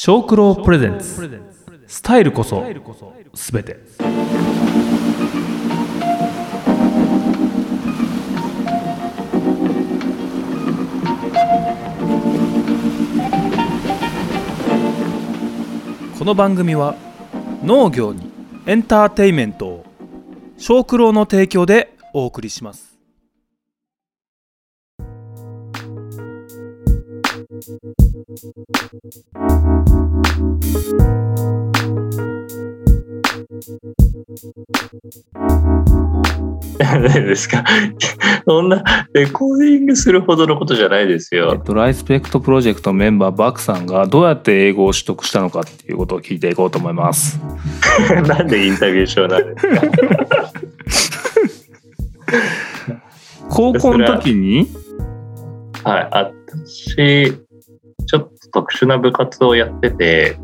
長九郎プレゼンツスタイルこそすべてこの番組は農業にエンターテイメントを長九郎の提供でお送りします何ですか そんなレコーディングするほどのことじゃないですえっ よ。と、ライスペクトプロジェクトメンバーバクさんがどうやって英語を取得したのかっていうことを聞いていこうと思います。なんでインタビューしようなんで。高校の時にはい。私、ちょっと特殊な部活をやってて、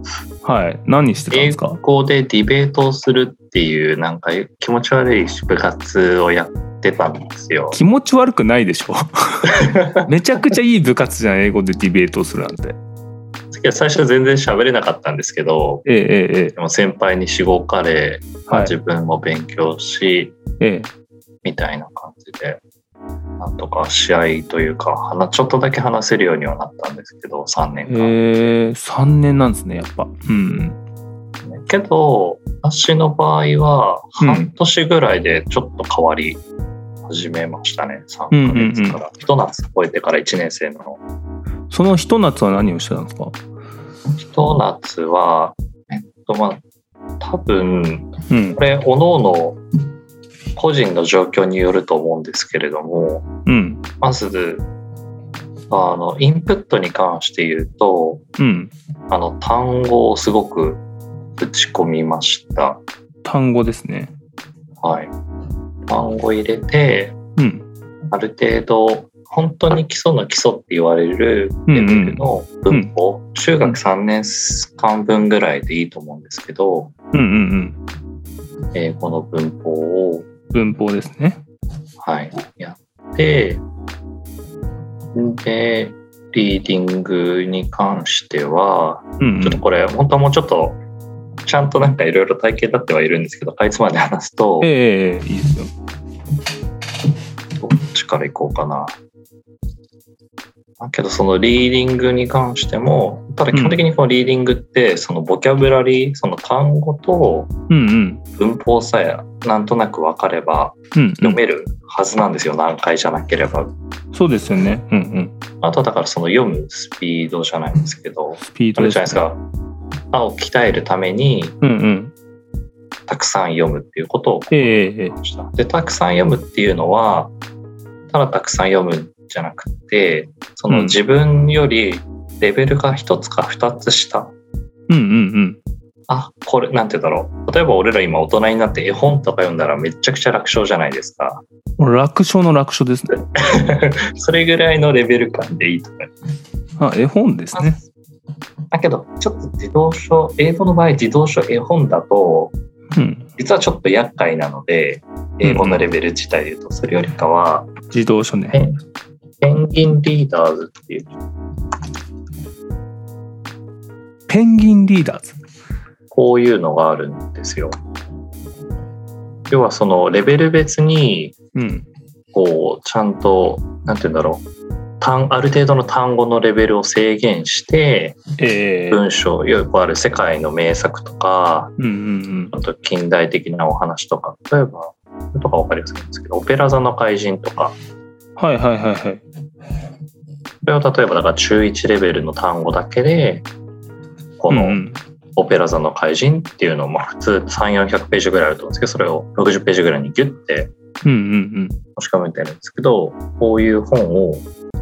はい何してたんで英すか語でディベートをするっていう、なんか気持ち悪い部活をやってたんですよ。気持ち悪くないでし ょめちゃくちゃいい部活じゃん英語でディベートをするなんて。最初全然喋れなかったんですけど、えええええでも先輩にしごかれ、えはい自分も勉強し、ええみたいな感じで、なんとか試合というか、はなちょっとだけ話せるようにはなったんですけど、3年間。え3年なんですねやっぱ。うんけど、私の場合は、うん半年ぐらいでちょっと変わり始めましたね、3ヶ月から。一、夏超えてから1年生の。うん、そのひと夏は何をしてたんですか一夏は、えっと、まあ、多分、うんこれ、各々個人の状況によると思うんですけれども、うんまず、あの、インプットに関して言うと、うんあの、単語をすごく打ち込みました。単語ですね。はい。単語入れて、うんある程度、本当に基礎の基礎って言われるうんうレベんルの文法、中学3年間分ぐらいでいいと思うんですけど、うんうんうん英語の文法を、文法ですね。はい、やって、で、リーディングに関しては、うんちょっとこれ、本当はもうちょっと、ちゃんとなんかいろいろ体系立ってはいるんですけど、かいつまで話すとえ、えええいいですよ。どっちから行こうかな。だけど、そのリーディングに関しても、ただ基本的にこのリーディングって、そのボキャブラリー、その単語とうんうん文法さえなんとなく分かればうんう読ん、めるはずなんですよ、難解じゃなければ。そうですよね。うんうん。あとはだからその読むスピードじゃないんですけど、スピーあドれでじすゃないですか。歯を鍛えるためにうんうん。たくさん読むっていうことをええええましたでたくさん読むっていうのはただたくさん読むんじゃなくてそのうん自分よりレベルが1つか2つ下、うんうんあこれなんて言うんだろう例えば俺ら今大人になって絵本とか読んだらめちゃくちゃ楽勝じゃないですかうん。楽勝の楽勝ですね。それぐらいのレベル感でいいと思いあ、絵本ですます、ね。だけどちょっと自動書英語の場合自動書絵本だとうん。実はちょっと厄介なので英語のレベル自体で言うとそれよりかは、自動書ね。ペンペンギンリーダーズっていうペンギンリーダーズ。こういうのがあるんですよ。要はそのレベル別にうん。こうちゃんとなんて言うんだろう単ある程度の単語のレベルを制限してええ文章よくある世界の名作とかうんうんあと近代的なお話とか例えばこれとか分かりやすいんですけど「オペラ座の怪人」とかうん。はいはいはいはい。これを例えばだから中1レベルの単語だけでこうんうのん「オペラ座の怪人」っていうのをまあ普通3400ページぐらいあると思うんですけどそれを60ページぐらいにギュッてうんうん押し込めてるんですけどこういう本を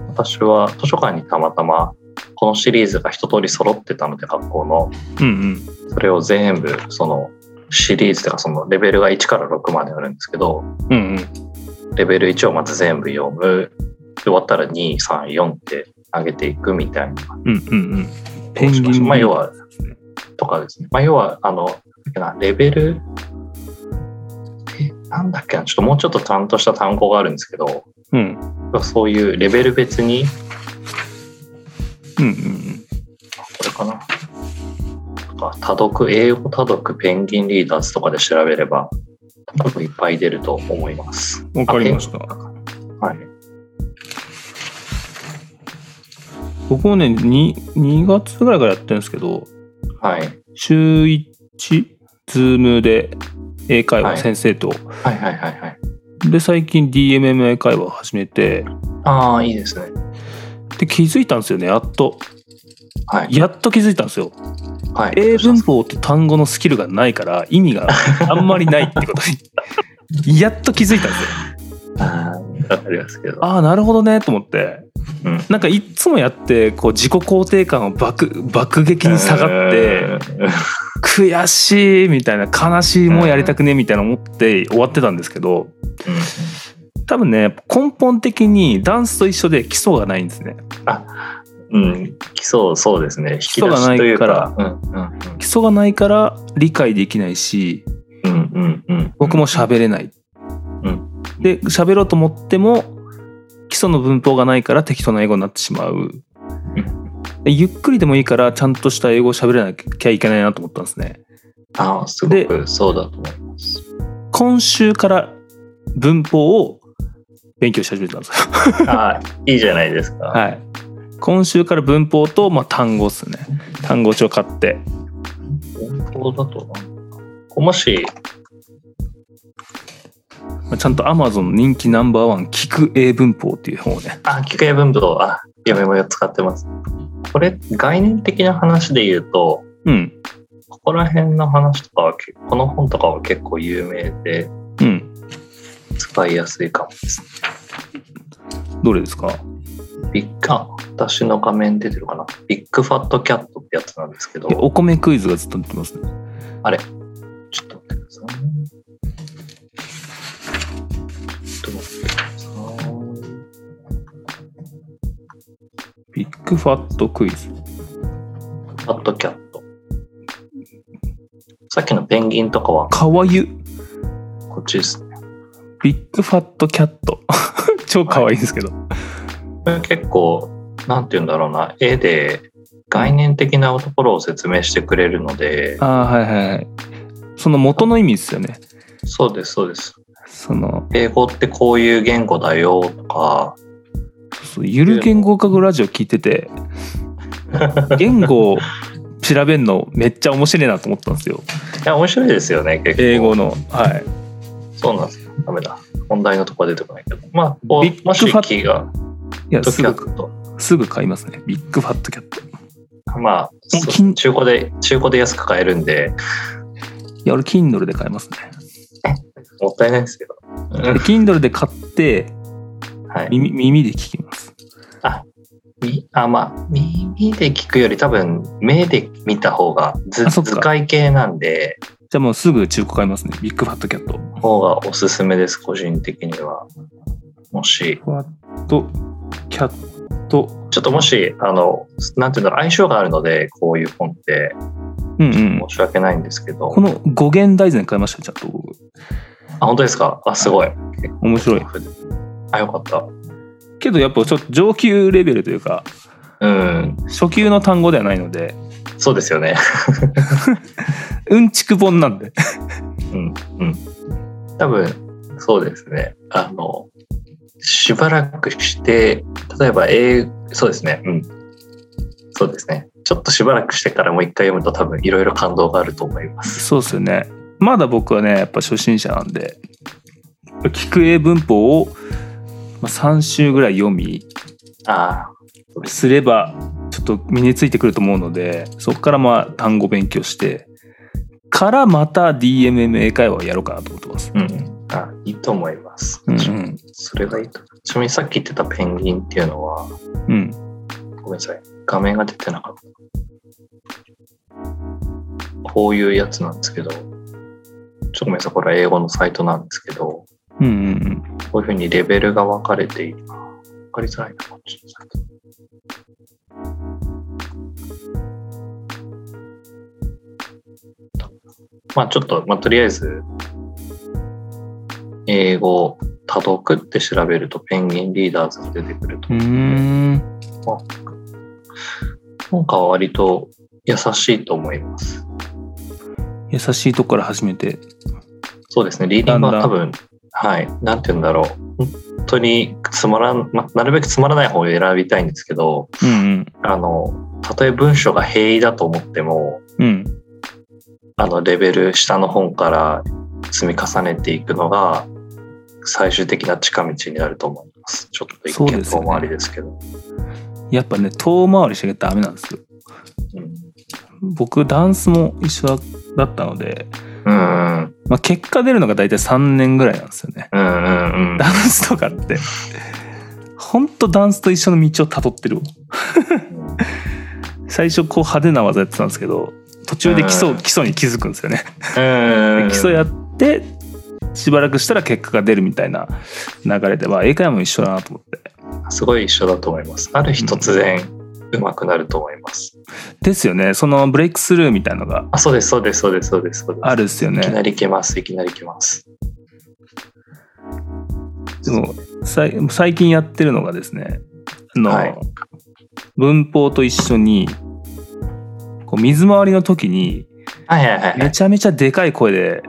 私は図書館にたまたまこのシリーズが一通り揃ってたので学校のうん。うんそれを全部そのシリーズとかそのレベルが1から6まであるんですけどうん。うんうん。レベル1をまず全部読むで終わったら234って上げていくみたいなうんうんうん。ペンギンリーダーズ。まあ要はとかですね、まあ、要はあのなんだっけなレベルえなんだっけなちょっともうちょっとちゃんとした単語があるんですけどうん。そういうレベル別にうんうんうん。これかなか、多読、英語多読ペンギンリーダーズとかで調べれば、多分いっぱい出ると思います。わかりました。はい。僕もね、2、2月ぐらいからやってるんですけど、はい。週1、ズームで英会は話、い先生と、はいはいはいはい。で、最近 DMMA 会話を始めて、ああ、いいですね。で、気づいたんですよね、やっと。はい。やっと気づいたんですよ。はい、英文法って単語のスキルがないから、意味があんまりないってことに。やっと気づいたんですよ。あーわかりますけど。ああ、なるほどね、と思って。うんなんかいっつもやって、こう、自己肯定感を爆、爆撃に下がって、うん悔しいみたいな悲しいもうやりたくねみたいな思って終わってたんですけど多分ね根本的にダンスと一緒で基礎がないんですねうん、うん、基礎、そうですね。引き礎出がなしいというか。かうん基礎がないから理解できないしうんうんうんうんうん。僕も喋れない、うんで喋ろうと思っても基礎の文法がないから適当な英語になってしまうでゆっくりでもいいからちゃんとした英語を喋らなきゃいけないなと思ったんですねああ、すごくそうだと思います。今週から文法を勉強し始めたんですよああ、いいじゃないですか。はい。今週から文法と、まあ、単語ですね。単語帳買って。文法だとなんだこうもし、まあ、ちゃんと Amazon 人気ナンバーワン、聞く英文法っていう本をね。あ、機械文法、あ、やめもよ使ってます。これ、概念的な話で言うと、うん。ここら辺の話とかはけ、この本とかは結構有名で、うん。使いやすいかもです。どれですかビッグ、あ、私の画面出てるかな。ビッグファットキャットってやつなんですけど、えお米クイズがずっと出てますね。ちょっと待ってくださいね。ちょっと待ってください。ビッグファットクイズ。ファットキャット。さっきのペンギンとかはかわゆ。こっちですね。ビッグファットキャット。 超かわいいんですけど。これ結構、なんて言うんだろうな、絵で概念的なところを説明してくれるので、ああ、はいはいはい。その元の意味ですよね。そうです、そうです。その、英語ってこういう言語だよとか、そうゆる言語学ラジオ聞いてて、言語を調べるのめっちゃ面白いなと思ったんですよ。いや、面白いですよね、結構。英語の。はい。そうなんですよ。ダメだ。問題のとこ出てこないけど。まあ、こビッグうもフしァットキーが、いや、ドキすャぐ、ット。すぐ買いますね。ビッグファットキャット。いまあ、もうそう金中古で、中古で安く買えるんで、や、俺、Kindle で買いますね。もったいないですけど。で Kindle で買って、はい。耳、耳で聞きます。みあ、まあ、耳で聞くより多分、目で見た方が図、あそっか図解系なんで、じゃあもうすぐ中古買いますね。ビッグファットキャット。方がおすすめです、個人的には。もし、ファットキャット。ちょっともし、あの、なんていうんだろう、相性があるので、こういう本って、うんうん申。し訳ないんですけど、この語源大全買いましたよ、ちゃんと僕。あ、本当ですかあ、すごい。面白い。あ、よかった。けどやっぱちょっと上級レベルというか、うん、初級の単語ではないので、そうですよね。 うんちく本なんで。うん、うん。多分、そうですね。あの、しばらくして、例えば、英そうですね。うん。そうですね。ちょっとしばらくしてからもう一回読むと多分いろいろ感動があると思います。そうですよね。まだ僕はね、やっぱ初心者なんで、聞く英文法をまあ3週ぐらい読み、あすればちょっと身についてくると思うのでそこからまあ単語勉強してからまた DMM 英会話をやろうかなと思ってます。あ、うん。あ、いいと思います。うんうんそれがいいと。ちなみにさっき言ってたペンギンっていうのは、うん、ごめんなさい。画面が出てなかった。こういうやつなんですけど、ちょっとごめんなさい。これは英語のサイトなんですけど、うんうんこういうふうにレベルが分かれている。分かりづらいな、こっちのサイトまあちょっと、まあとりあえず、英語、多読って調べるとペンギンリーダーズが出てくるとう。んうーんなんか割と優しいと思います。優しいとこから始めて。そうですね、リーディングだんだはん多分、はい、なんて言うんだろう。本当につまらん、ま、なるべくつまらない方を選びたいんですけど、うんあの、たとえ文章が平易だと思っても、うん。うん。あの、レベル下の本から積み重ねていくのが、最終的な近道になると思います。ちょっと一そう見ですよ遠ね回りですけど。やっぱね、遠回りしなきゃダメなんですよ。うん僕、ダンスも一緒だったので、うんうんまあ、結果出るのが大体3年ぐらいなんですよね。うんうんうんダンスとかって、ほんとダンスと一緒の道を辿ってるわ 最初こう派手な技やってたんですけど、途中で基礎、うん基礎に気づくんですよね。うん。 基礎やって、しばらくしたら結果が出るみたいな流れで、まあ、英会話も一緒だなと思って。すごい一緒だと思います。ある日突然、上手くなると思います。ですよね。そのブレイクスルーみたいのがあ、そうです、そうです、そうです、そうです。そうですあるっすよいきなね。り来ます、いきなり来ます。でもさい最近やってるのがですね、あの、はい文法と一緒に、こう水回りの時にはいはいはいはめい。ちゃめちゃでかい声で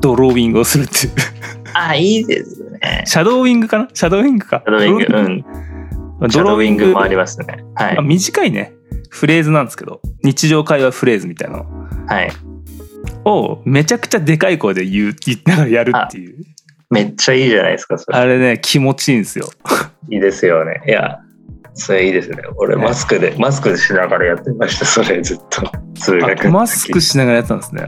ドローイングをするっていう。 あ、いいですね。シャドーイングかなシャドーイングか。シャドウィング、うグん。シドャドロウーイィンンググもありますね。はいあ。短いね、フレーズなんですけど、日常会話フレーズみたいなのはい。をめちゃくちゃでかい声で言う、言いながらやるっていう。めっちゃいいじゃないですか、それ。あれね、気持ちいいんですよ。いいですよね。いや、それいいですね。俺、マスクで、マスクでしながらやってました、それ、ずっと。数学の時あマスクしながらやってたんですね。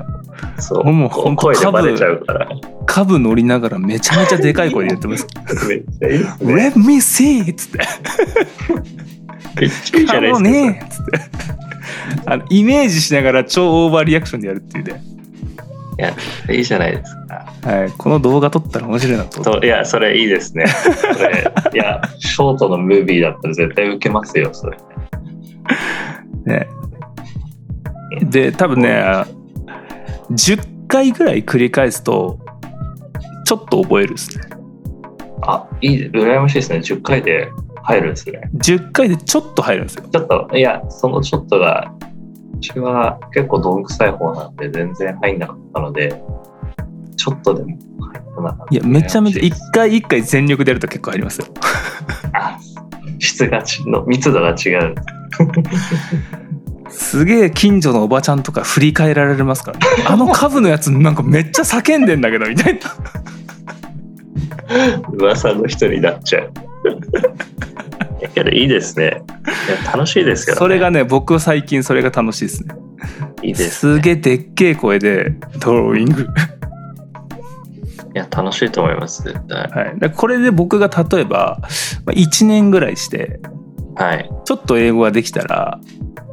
そう。もうこほんと声でバレちゃうから。カブ乗りながらめちゃめちゃでかい声で言 ってます。めっちゃいいですね。 Let me see! っつっ て。めっちゃいいじゃないですもか。ねっつって。あのイメージしながら超オーバーリアクションでやるっていうね。それいいじゃないですか。はい、この動画撮ったら面白いなと思って。といや、それいいですね。それいや、ショートのムービーだったら絶対受けますよ、それ。ね、で多分ね10回ぐらい繰り返すとちょっと覚えるっすねあ、いい、羨ましいですね。10回で入るんですね。 10回でちょっと入るんですよちょっと、いや、そのちょっとが、うちは結構どんくさい方なんで全然入んなかったので、ちょっとでも入ってなかった。いやめちゃめちゃ羨ましい1で回1回全力でやると結構入りますよすあ、質がちの密度が違う。すげえ近所のおばちゃんとか振り返られますから、ね、あの株のやつなんかめっちゃ叫んでんだけどみたいな噂の人になっちゃう。だけどいいですね。いや楽しいですよね。それがね僕最近それが楽しいですねいいです。すげえでっけえ声でドローイングいや、楽しいと思います、絶対。はいだからこれで僕が例えば1年ぐらいしてはい。ちょっと英語ができたら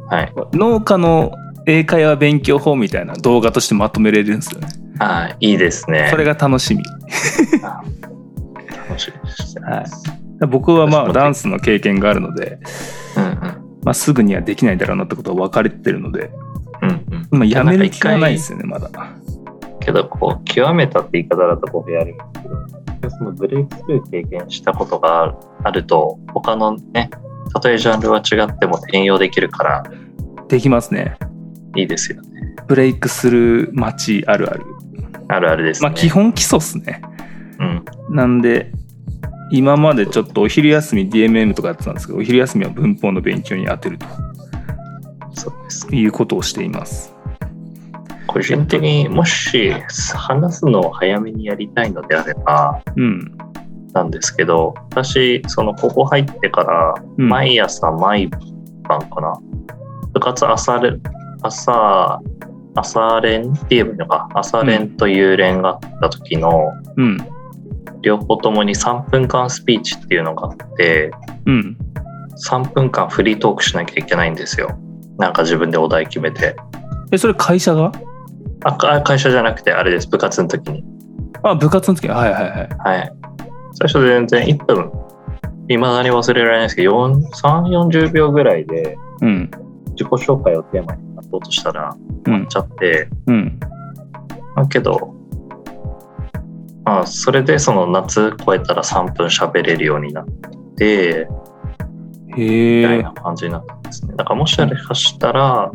はい。農家の英会話勉強法みたいな動画としてまとめれるんですよね。ああ、いいですね。それが楽しみ。あ楽しみですね。はい僕はま私あもダンスの経験があるので、うんまあ、すぐにはできないだろうなってことは分かれてるので、うん。うんうん。まあ、やめる気はないですよねまだ。けど、こう、極めたって言い方だと僕やりますけど、そのブレイクスルー経験したことがあるあると、他のね、たとえジャンルは違っても転用できるからできますね。いいですよね。ブレイクする街あるある。あるあるですね。まあ基本基礎っすね。うん。なんで今までちょっとお昼休み DMM とかやってたんですけどお昼休みは文法の勉強に当てるそうです。ということをしています。個人的にもし話すのを早めにやりたいのであれば、うん。なんですけど、私、その、ここ入ってから、うん、毎朝毎晩かな部活朝れ朝朝練って言えばいいのか朝練という練があった時のうん。両方ともに3分間スピーチっていうのがあってうん。 3分間フリートークしなきゃいけないんですよなんか自分でお題決めてえ、それ会社があか会社じゃなくてあれです部活の時にあ、部活の時はいはいはい。はい最初全然1分未だに忘れられないですけど340秒ぐらいでうん。自己紹介をテーマにやろうとしたらうん。ちゃってうん。だけど、まあ、それでその夏超えたら3分喋れるようになって、へみたいえな。感じになったんですね。だからもしあれかしたら、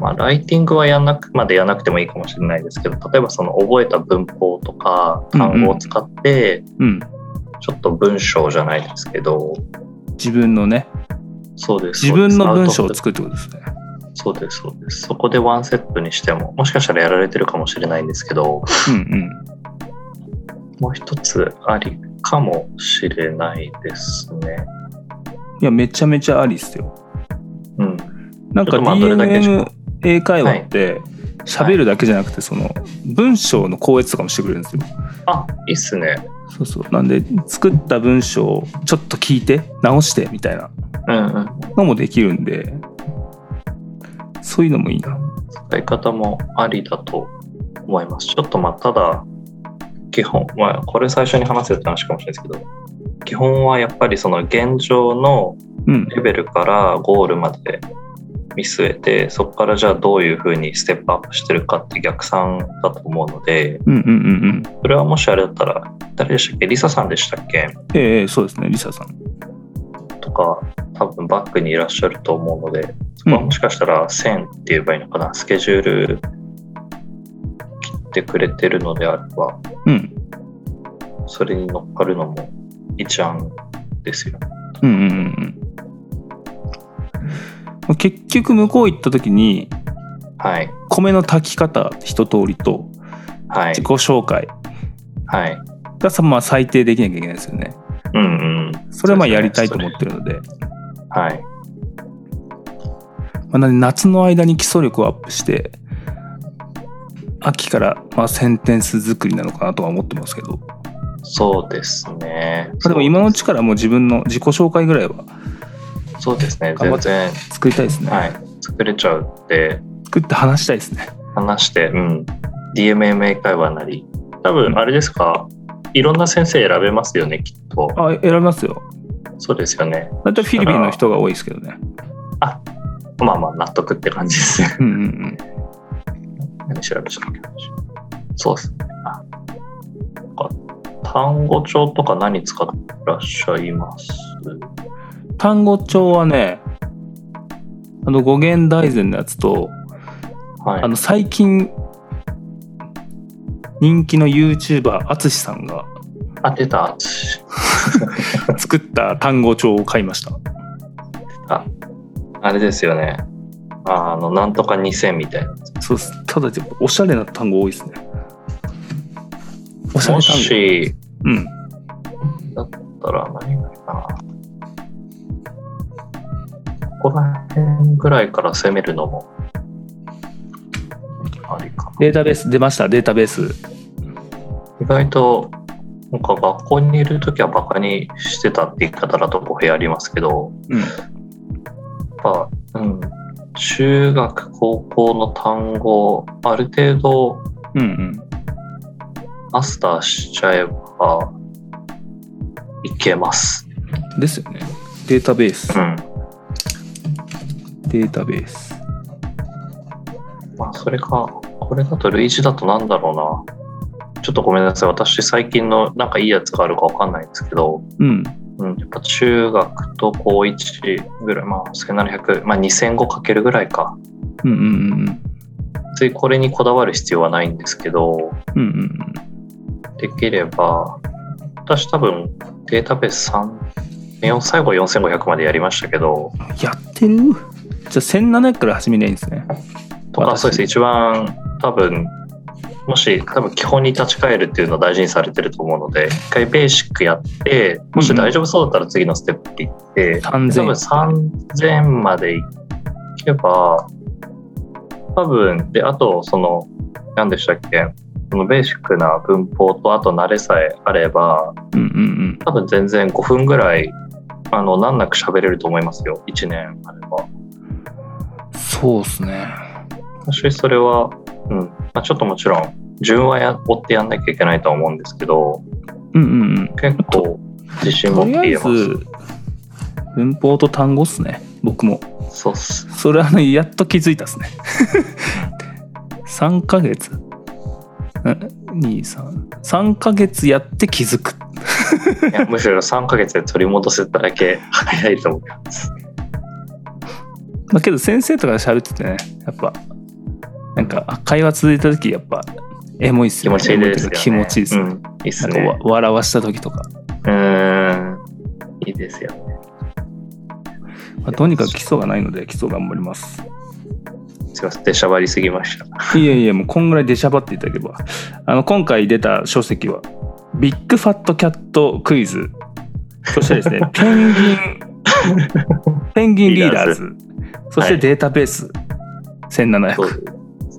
まあ、ライティングはやんなくまでやらなくてもいいかもしれないですけど例えばその覚えた文法とか単語を使ってうん。ちょっと文章じゃないですけど、自分のね、そうです自分の文章をる作るってことですね。そうですそうですそこでワンセットにしてももしかしたらやられてるかもしれないんですけどうんもう一つありかもしれないですね。うん。いや、めちゃめちゃありっすよ。うん、なんかちょっとまあどれだけでしょう DMM 英会話って、喋るだけじゃなくて、その、文章の校閲とかもしてくれるんですよ。あいいっすね。そうそう。なんで、作った文章をちょっと聞いて、直して、みたいなうんうん、のもできるんで、そういうのもいいな。使い方もありだと思います。ちょっとまあただ基本まあこれ最初に話せた話かもしれないですけど基本はやっぱりその現状のうん。レベルからゴールまで見据えてそこからじゃあどういうふうにステップアップしてるかって逆算だと思うのでうんうんうんうん。それはもしあれだったら誰でしたっけリサさんでしたっけええそうですね、リサさん。とか多分バックにいらっしゃると思うので、そこはもしかしたら線って言えばいいのかなスケジュール切ってくれてるのであればうん。それに乗っかるのも一案ですよ。うんうんうんうんまあ。結局向こう行った時にはい米の炊き方一通りとは自い己紹介はい。がさまあ最低できなきゃいけないですよね。うんうん。それはまあそうですねやりたいと思ってるので。はい。まあ、なんで夏の間に基礎力をアップして秋からまあセンテンス作りなのかなとは思ってますけど、まそうですね。あ、でも今のうちからもう自分の自己紹介ぐらいはそうですね。頑張全っ然、作りたいですね、はい。作れちゃうって作って話したいですね話して、うん。DMMA 会話なり。多分あれですか、いろんな先生選べますよね、きっと。 あ選びますよそうですよね。大体フィリピンの人が多いですけどねまあまあ納得って感じですね。 うんうんうん何調べちゃったっけそうですね。あなんか単語帳とか何使ってらっしゃいます単語帳はねあの語源大全のやつとはい。あの最近人気の YouTuber 淳さんがあ、出た。つ作った単語帳を買いましたあれですよね。あの、なんとか2000みたいな。そうっすただでもおしゃれな単語多いですねおしゃもれ単語し、うんだったら何がいいかな。ここら辺ぐらいから攻めるのも、ありかな。データベース出ましたデータベース意外と、なんか学校にいるときはバカにしてたって言い方だと語弊ありますけど、うんやっぱ、うん、中学、高校の単語、ある程度うんうんマスターしちゃえば、いけます。ですよねデータベースうん。データベースまあ、それか、これだと類似だとなんだろうな。ちょっとごめんなさい。私、最近のなんかいいやつがあるかわかんないんですけど、うんうん、やっぱ中学と高1ぐらい、まあ、1700、まあ、2000かけるぐらいか。うんうんうん別にこれにこだわる必要はないんですけど、うんうんうんできれば、私多分データベース3、4最後4500までやりましたけど、やってるじゃあ1700から始めないいんですね。とか私そうですね、一番多分、もし多分基本に立ち返るっていうのを大事にされてると思うので、一回ベーシックやって、もし大丈夫そうだったら次のステップって行って、多分3000。 3000まで行けば、多分、で、あと、その、何でしたっけ、そのベーシックな文法と、あと慣れさえあれば、うんうん多分全然5分ぐらい、あの、難なく喋れると思いますよ。1年あれうば。ん。そうっすね。私、それは、うん。まあ、ちょっともちろん、順はや追ってやんなきゃいけないとは思うんですけど、うんうんうん。結構、自信持とっりてあ言ええます。ず、文法と単語っすね。僕も。そうっす。それあの、やっと気づいたっすね。3ヶ月。23ヶ月やって気づく いやむしろ3ヶ月で取り戻せただけ早いと思います。まあけど先生とかで喋っててねやっぱなんかあ会話続いた時やっぱエモいっす気よ、持ね、ちいいですよ、ね。気持ちいいっすね、うんいいっすなんかね。わ笑わした時とか、うーん。いいですよ。まあ、とにかく基礎がないので基礎頑張りますすいません、出しゃばりすぎました。いやいやもうこんぐらい出しゃばっていただければあの今回出た書籍は「ビッグファットキャットクイズ」そして ですねペンギンペンギンリーダーズそしてはいデータベース、1700そうですね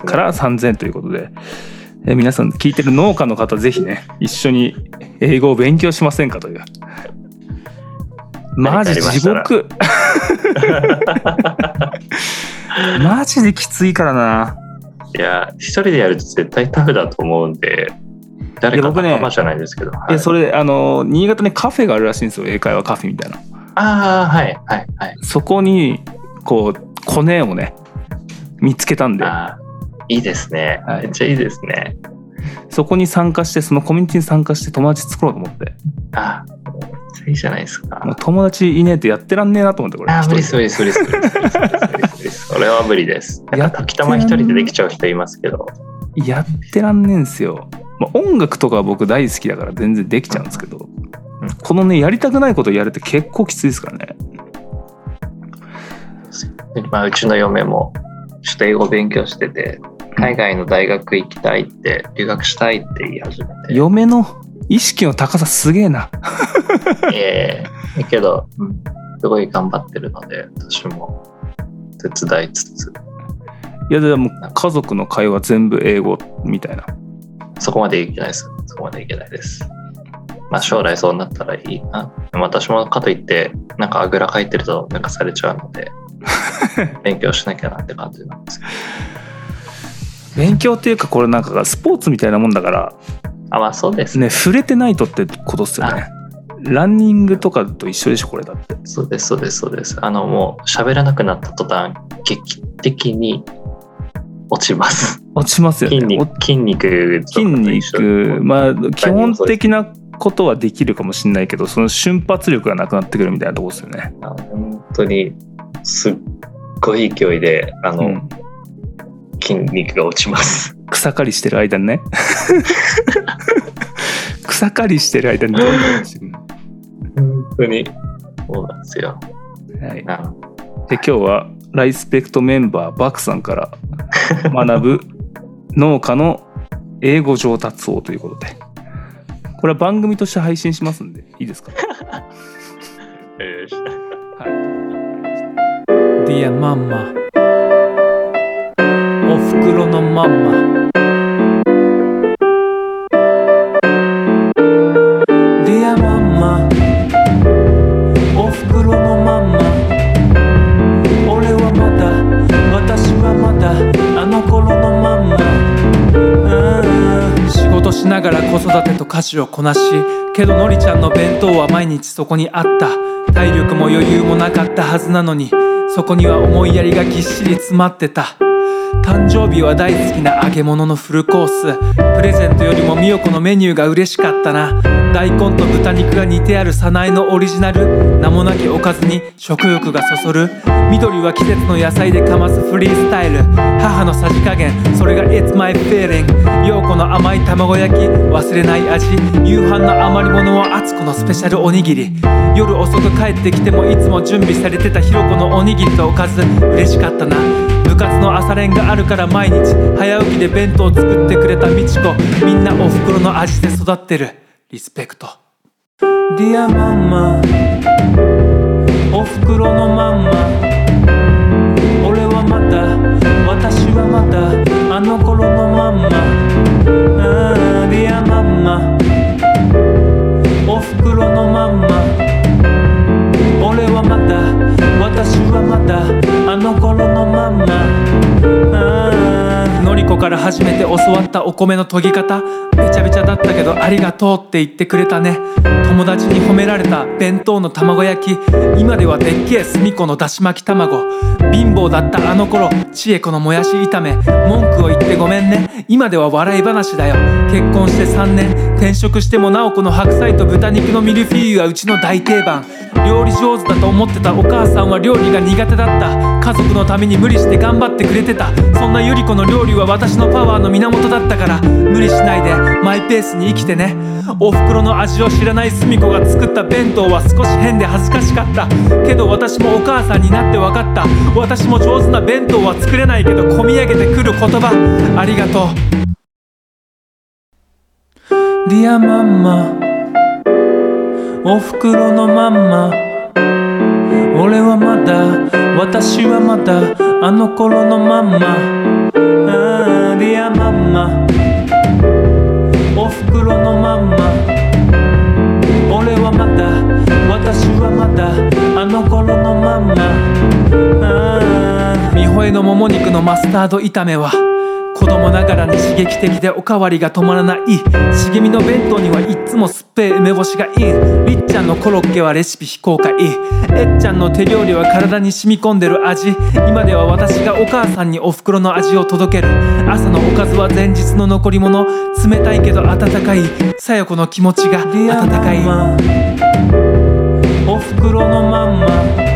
から3000ということで、えー皆さん聞いてる農家の方ぜひね一緒に英語を勉強しませんかというマジ地獄 マジできついからないや、一人でやると絶対タフだと思うんで、誰いやか僕ね仲間じゃないですけど。はいいやそれあの新潟ねカフェがあるらしいんですよ英会話カフェみたいなああ、はい、はい、はい。そこにこうコネをね見つけたんでああ、いいですね。はいめっちゃいいですね。そこに参加してそのコミュニティに参加して友達作ろうと思ってああ、めっちゃいいじゃないですか。もう友達いねえとやってらんねえなと思ってこれああ、一人無で理です、無理です、無理です。無理です無理です無理ですそれは無理です。やなんってか時たま一人でできちゃう人いますけど。やってらんねえんすよ、まあ、音楽とかは僕大好きだから全然できちゃうんですけど、うんこのねやりたくないことやるって結構きついですからねまあ、うちの嫁も、ちょっと英語勉強してて、海外の大学行きたいって、留学したいって言い始めて。嫁の意識の高さすげえなええけど、うんすごい頑張ってるので、私も手伝いつつ、いやでも家族の会話全部英語みたいなそこまでいけないです。そこまでいけないです。まあ将来そうなったらいいな。でも私もかといって、なんかあぐらかいてるとなんかされちゃうの で、勉強しなきゃなって感じなんですけど。勉強っていうかこれなんかがスポーツみたいなもんだからあ、まあそうですね。ね触れてないとってことっすよねランニングとかと一緒でしょこれだってそうです、そうです、そうです。あのもう喋らなくなった途端、劇的に落ちます。落ち ますよね筋肉、筋肉と筋かと一緒、肉まあ基本そうです的なことはできるかもしれないけどその瞬発力がなくなってくるみたいなとこですよね。あ本当にすっごい勢いであの、うん、筋肉が落ちます。草刈りしてる間に ね草刈りしてる間にどんどん落ちて くる本当にそうなんですよ。はい、であの今日はライスペクトメンバーバクさんから学ぶ農家の英語上達法ということでこれは番組として配信しますんでいいですか Dear Mama おふくろのママ Dear Mama おふくろのママ俺はまだ私はまだあの頃のママうん仕事しながら子育てと家事をこなしけどのりちゃんの弁当は毎日そこにあった体力も余裕もなかったはずなのにそこには思いやりがぎっしり詰まってた誕生日は大好きな揚げ物のフルコースプレゼントよりも美代子のメニューが嬉しかったな大根と豚肉が煮てある早苗のオリジナル名もなきおかずに食欲がそそる緑は季節の野菜でかますフリースタイル母のさじ加減それが It's my feeling 陽子の甘い卵焼き忘れない味夕飯の余り物は敦子のスペシャルおにぎり夜遅く帰ってきてもいつも準備されてたひろ子のおにぎりとおかず嬉しかったな部活の朝練があるから毎日早起きで弁当作ってくれたみちこみんなおふくろの味で育ってるリスペクト Dear ママおふくろのママ俺はまだ私はまだあの頃のママあー Dear ママおふくろのママ俺はまだ私はまだあの頃のまんまあーのりこからから初めて教わったお米の研ぎ方べちゃべちゃだったけどありがとうって言ってくれたね友達に褒められた弁当の卵焼き今ではでっけえすみこのだし巻き卵貧乏だったあの頃千恵子のもやし炒め文句を言ってごめんね今では笑い話だよ結婚して3年転職してもなおこの白菜と豚肉のミルフィーユはうちの大定番料理上手だと思ってたお母さんは料理が苦手だった家族のために無理して頑張ってくれてたそんなゆり子の料理は私のパワーの源だったから無理しないでマイペースに生きてねおふくろの味を知らないすみこが作った弁当は少し変で恥ずかしかったけど私もお母さんになって分かった私も上手な弁当は作れないけど込み上げてくる言葉ありがとう Dear ママおふくろのまんま俺はまだ私はまだあの頃のまんまああディアマンマおふくろのまんま俺はまだ私はまだあの頃のまんまああ美穂のもも肉のマスタード炒めは子供ながらに刺激的でおかわりが止まらない茂みの弁当にはいっつもすっぺえ梅干しがいいりっちゃんのコロッケはレシピ非公開えっちゃんの手料理は体に染み込んでる味今では私がお母さんにお袋の味を届ける朝のおかずは前日の残り物冷たいけど温かいさよ子の気持ちが温かいお袋のまんま